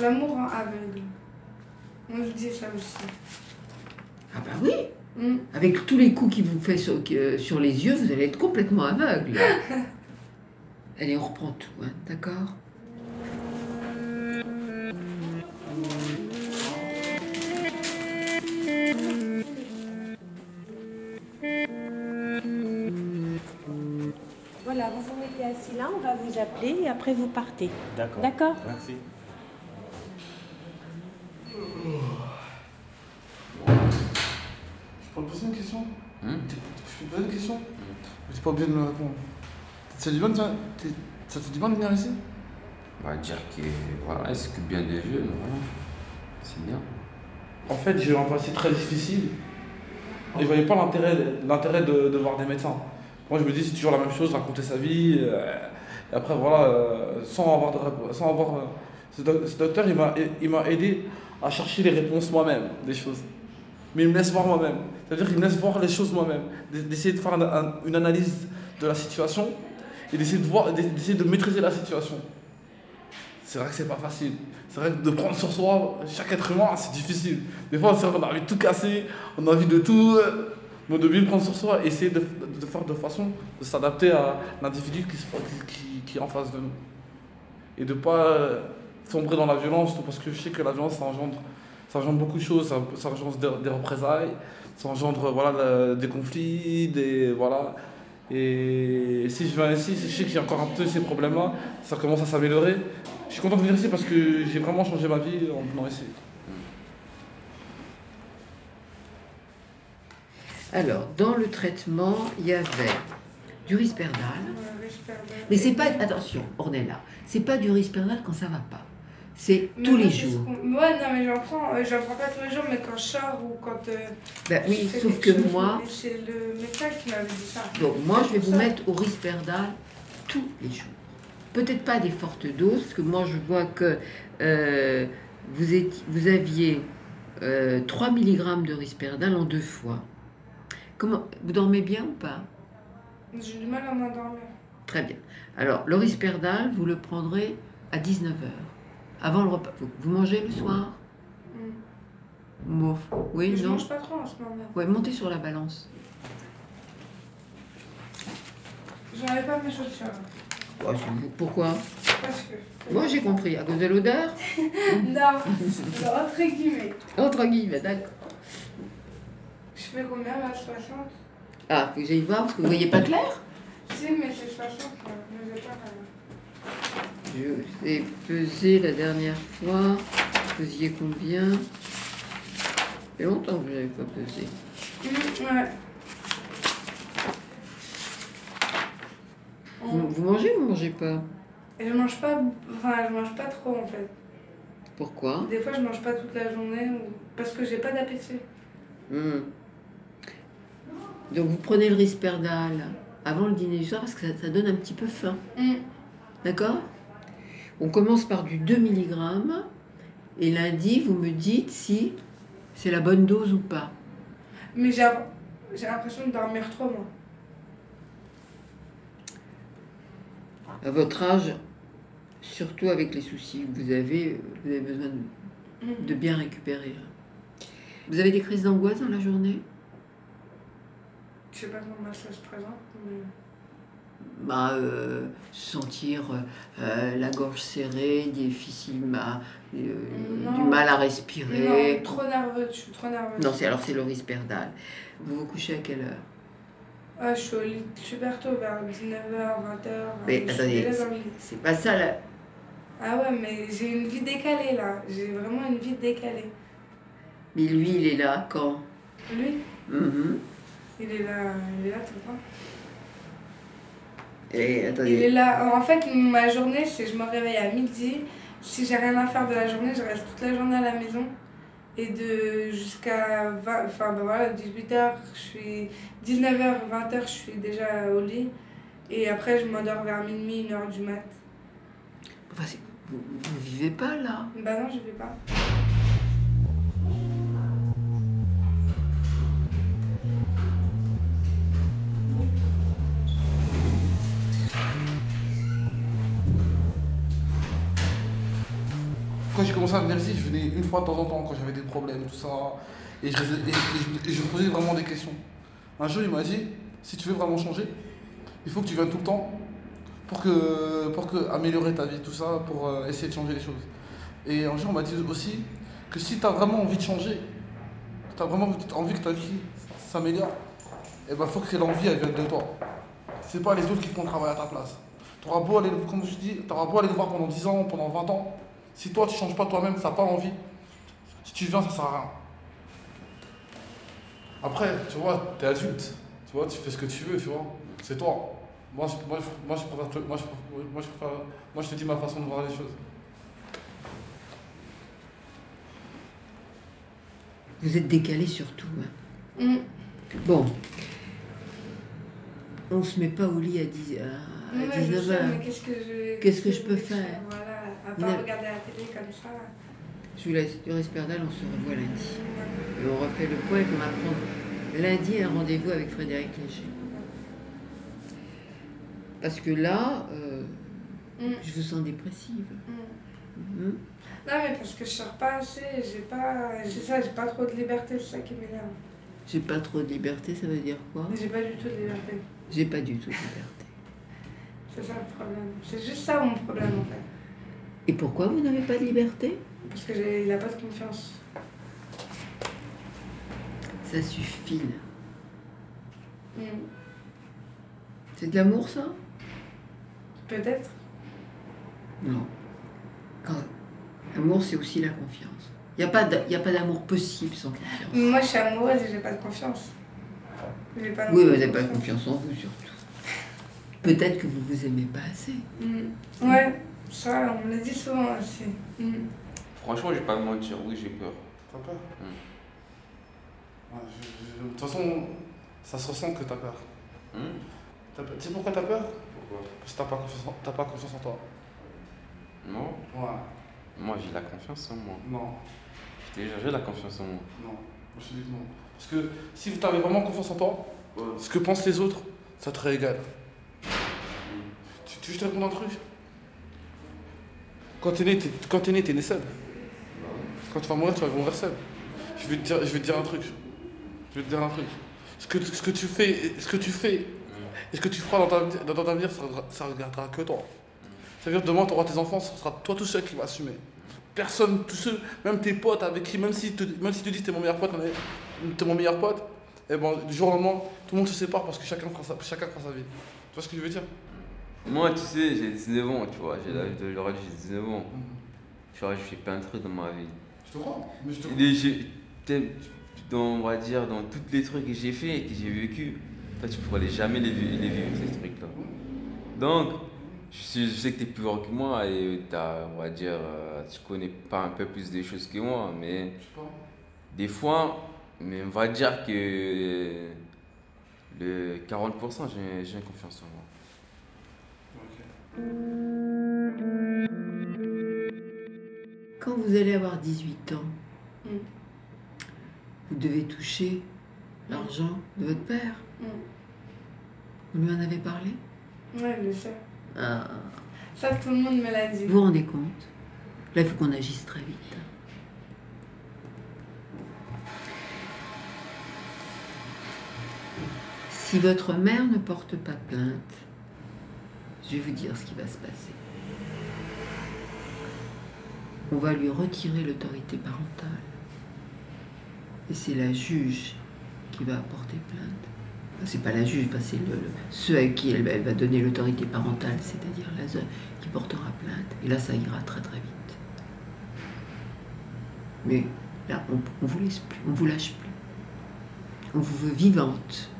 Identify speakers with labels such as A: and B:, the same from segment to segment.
A: L'amour rend aveugle. On se dit ça aussi.
B: Ah bah oui
A: Hmm.
B: Avec tous les coups qu'il vous fait sur, que- sur les yeux, vous allez être complètement aveugle. allez, on reprend tout, hein, d'accord
C: Voilà, vous vous mettez assis là, on va vous appeler et après vous partez.
D: D'accord.
C: D'accord
D: Merci.
E: Je peux poser une question
D: Hmm?
B: Hein
E: Tu- Je peux poser une question Mais t'es pas obligé de me répondre. Ça te dit bon de, t'es- ça te dit bon de venir ici
F: On va dire que voilà, elle s'occupe bien des jeunes, voilà. C'est bien.
E: En fait, j'ai eu un passé très difficile. Et je voyais pas l'intérêt, l'intérêt de, de voir des médecins. Moi, je me dis, c'est toujours la même chose, raconter sa vie. euh, et après, voilà, euh, sans avoir de répo- sans avoir, euh, ce, doc- ce docteur, il m'a, il m'a aidé à chercher les réponses moi-même, des choses. Mais il me laisse voir moi-même. C'est-à-dire qu'il me laisse voir les choses moi-même. D- D'essayer de faire un- un- une analyse de la situation et d'essayer de, voir, d'ess- d'essayer de maîtriser la situation. C'est vrai que c'est pas facile. C'est vrai que de prendre sur soi chaque être humain, c'est difficile. Des fois, c'est vrai qu'on a envie de tout casser, on a envie de tout. euh, Mais de bien prendre sur soi, essayer de, de- de faire de façon de s'adapter à l'individu qui, se- qui, qui est en face de nous. Et de pas euh, sombrer dans la violence, parce que je sais que la violence, ça engendre, ça engendre beaucoup de choses. Ça, ça engendre des, des représailles, ça engendre euh, voilà, le- des conflits, des. Voilà. Et si je viens ici, je sais qu'il y a encore un peu ces problèmes-là, ça commence à s'améliorer. Je suis content de venir ici parce que j'ai vraiment changé ma vie en venant ici.
B: Alors, dans le traitement, il y avait du risperdal.
A: Voilà, j'espère bien.
B: Mais c'est pas, attention, Ornella, c'est pas du risperdal quand ça va pas. C'est
A: Mais
B: tous
A: moi, c'est
B: les
A: ce
B: jours.
A: qu'on- Ouais, non, mais j'en prends, euh, j'en prends pas tous les jours, mais quand je sors ou quand. euh,
B: Ben
A: je
B: oui,
A: fais
B: sauf
A: quelque
B: que
A: chose,
B: moi,
A: mais C'est le médecin qui m'avait dit ça.
B: donc moi je vais vous
A: Ça.
B: mettre au risperdal tous les jours. Peut-être pas des fortes doses, parce que moi je vois que euh, vous, éti- vous aviez euh, 3 mg de risperdal en deux fois. Comment, vous dormez bien ou pas
A: J'ai du mal à m'endormir.
B: Très bien. Alors, le risperdal, vous le prendrez à 19h, avant le repas. Vous, vous mangez le soir
A: Mm.
B: Mouf. Oui,
A: Mais je
B: non
A: mange pas trop en ce moment.
B: Ouais, montez sur la balance.
A: J'enlève pas mes chaussures.
B: Ouais, c'est bon. Pourquoi
A: Parce que.
B: Moi, j'ai compris. À cause de l'odeur
A: Non, entre guillemets.
B: Entre guillemets, d'accord.
A: Je fais combien là 60
B: Ah, faut que j'aille voir, parce que vous voyez pas clair
A: Si, mais c'est 60, là. mais j'ai pas.
B: Je vous ai pesé la dernière fois. Vous pesiez combien Ça fait longtemps que je n'avais pas pesé.
A: euh, Ouais.
B: Vous,
A: On-
B: vous mangez ou vous mangez pas
A: Et je mange pas, enfin je mange pas trop en fait.
B: Pourquoi
A: Des fois je mange pas toute la journée ou- parce que j'ai pas d'appétit.
B: Hmm. Donc, vous prenez le risperdal avant le dîner du soir, parce que ça, ça donne un petit peu faim.
A: Hum,
B: D'accord On commence par du 2 mg et lundi, vous me dites si c'est la bonne dose ou pas.
A: Mais j'ai j'ai l'impression de dormir trop moi.
B: À votre âge, surtout avec les soucis que vous avez, euh, vous avez besoin de,
A: Hum.
B: de bien récupérer. Vous avez des crises d'angoisse dans la journée
A: Je sais pas comment ça se présente, mais.
B: bah, euh, Sentir euh, la gorge serrée, difficile à- euh,
A: Non.
B: du mal à
A: Non,
B: respirer.
A: trop nerveuse, je suis trop nerveuse.
B: Non, c'est alors c'est le risperdal. Vous vous couchez à quelle heure
A: Ah, je suis au lit super tôt, vers 19h, 20h.
B: Mais
A: je suis
B: attendez,
A: déjà dans le lit.
B: C'est pas ça la,
A: Ah ouais, mais j'ai une vie décalée là. J'ai vraiment une vie décalée.
B: Mais lui, il est là quand
A: Lui,
B: Mhm.
A: il est là, il est là tout le temps.
B: Et attendez.
A: Il est là. En fait, ma journée, c'est je me réveille à midi. Si j'ai rien à faire de la journée, je reste toute la journée à la maison. Et de jusqu'à 20, enfin ben voilà, 18h, je suis 19h, 20h, je suis déjà au lit. Et après, je m'endors vers minuit, 1h du mat.
B: Enfin, c'est- vous, vous vivez pas là
A: Bah non, je vais pas.
E: quand j'ai commencé à venir ici, je venais une fois de temps en temps quand j'avais des problèmes, tout ça. Et je, et- et je- et je me posais vraiment des questions. Un jour, il m'a dit si tu veux vraiment changer, il faut que tu viennes tout le temps pour, que, pour que améliorer ta vie, tout ça, pour euh, essayer de changer les choses. Et un jour, on m'a dit aussi que si tu as vraiment envie de changer, tu as vraiment envie que ta vie s'améliore, il ben, faut que l'envie elle vienne de toi. C'est pas les autres qui font le travail à ta place. T'auras beau aller, comme je dis, t'auras beau aller le voir pendant 10 ans, pendant 20 ans. Si toi tu changes pas toi-même, t'as pas envie, si tu viens, ça sert à rien. Après, tu vois, t'es adulte, tu vois, tu fais ce que tu veux, tu vois, c'est toi. Moi je, moi, je, moi, je préfère te- moi, je, préfère- moi, je préfère- moi, je te dis ma façon de voir les choses.
B: Vous êtes décalé surtout. hein.
A: Mm.
B: Bon. On se met pas au lit à, 10, à,
A: Ouais,
B: à
A: je
B: 19
A: sais,
B: heures.
A: mais qu'est-ce que je,
B: Qu'est-ce que je peux faire
A: Voilà, à
B: Il y a-
A: part regarder la télé comme ça.
B: Je vous laisse du Perdal, on se revoit lundi. Et on refait le point et on va prendre lundi un rendez-vous avec Frédéric Léger. Parce que là, euh,
A: Mm.
B: je vous sens dépressive.
A: Mm.
B: Mhm.
A: Non, mais parce que je sors pas assez, j'ai pas. C'est ça, j'ai pas trop de liberté, c'est ça qui m'énerve.
B: J'ai pas trop de liberté, ça veut dire quoi
A: J'ai pas du tout de liberté.
B: J'ai pas du tout de liberté.
A: C'est ça le problème. C'est juste ça mon problème en fait.
B: Et pourquoi vous n'avez pas de liberté
A: Parce que j'ai- il a pas de confiance.
B: Ça suffit. là.
A: Mm.
B: C'est de l'amour, ça
A: Peut-être.
B: Non. Quand- L'amour, c'est aussi la confiance. Il n'y a pas d'a- y a pas d'amour possible sans confiance.
A: Mais Moi je suis amoureuse et j'ai pas de confiance. J'ai pas
B: Oui, mais vous n'avez pas confiance en vous, surtout. Peut-être que vous vous aimez pas assez.
A: Mm. Ouais, ça on me le dit souvent aussi. Mm.
F: Franchement, je vais pas me mentir, oui, j'ai peur.
E: T'as peur
F: Mm.
E: Ouais, je- je- De toute façon, ça se ressent que t'as peur.
F: Hein
E: T'as peur- Tu sais pourquoi t'as peur
F: Pourquoi
E: Parce que t'as pas, confiance en- t'as pas confiance en toi.
F: Non,
E: Ouais,
F: moi j'ai la confiance en moi.
E: non,
F: Je t'ai jure, j'ai la confiance en moi.
E: non, je te dis non. Parce que si vous avez vraiment confiance en toi, ce que pensent les autres, ça te régale. Tu, tu veux que je te réponde un truc Quand t'es né, t'es, quand t'es né, t'es né seul. Quand tu vas mourir, tu vas mourir seul. Je vais te dire, je vais te dire un truc. Je vais te dire un truc. Ce que, ce que tu fais, ce que tu fais et ce que tu feras dans, ta- dans ton avenir, ça, ça regardera que toi. Ça veut dire demain, tu auras tes enfants, ce sera toi tout seul qui va assumer. Personne, tous ceux, même tes potes avec qui, même s'ils te, même s'ils te disent t'es mon meilleur pote, mais t'es mon meilleur pote, et ben du jour au lendemain, tout le monde se sépare parce que chacun prend sa, chacun prend sa vie. Tu vois ce que je veux dire
F: Moi, tu sais, j'ai 19 ans, tu vois, j'ai l'âge de l'oral, j'ai 19 ans. Tu vois, je fais plein de trucs dans ma vie.
E: Je te crois, mais je te
F: Les- j'ai- t'aimes- dans, on va dire, dans tous les trucs que j'ai fait et que j'ai vécu, toi, tu pourrais les- jamais les, vi- les vivre, ces trucs-là. Donc, je sais, je sais que tu es plus fort que moi et t'as, on va dire, euh, tu connais pas un peu plus des choses que moi, mais
E: Je sais pas.
F: des fois, mais on va dire que euh, le 40%, j'ai- j'ai confiance en moi.
B: Quand vous allez avoir 18 ans,
A: Mm.
B: vous devez toucher l'argent de votre père.
A: Mm.
B: Vous lui en avez parlé
A: Ouais, je sais.
B: Ah.
A: Ça tout le monde me l'a dit.
B: Vous vous rendez compte Là, il faut qu'on agisse très vite. Si votre mère ne porte pas plainte, je vais vous dire ce qui va se passer. On va lui retirer l'autorité parentale. Et c'est la juge qui va porter plainte. Enfin, C'est pas la juge, enfin, c'est le, le- ceux à qui elle, va- elle va donner l'autorité parentale, c'est-à-dire la zone qui portera plainte. Et là, ça ira très très vite. Mais là, on, on vous laisse plus, on vous lâche plus. On vous veut vivante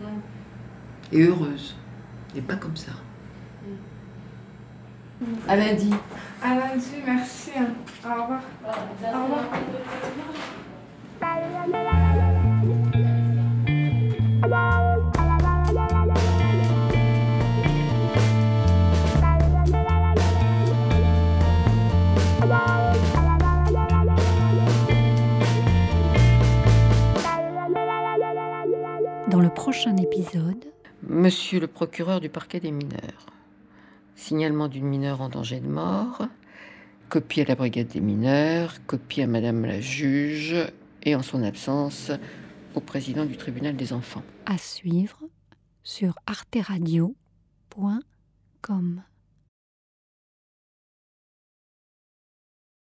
A: Mm.
B: et heureuse, et pas comme ça. À lundi.
A: À lundi, merci. hein. Au revoir. Au revoir.
D: Dans le prochain épisode,
B: Monsieur le procureur du parquet des mineurs. Signalement d'une mineure en danger de mort. copie à la brigade des mineurs, copie à Madame la juge et en son absence au président du tribunal des enfants.
D: À suivre sur arteradio.com.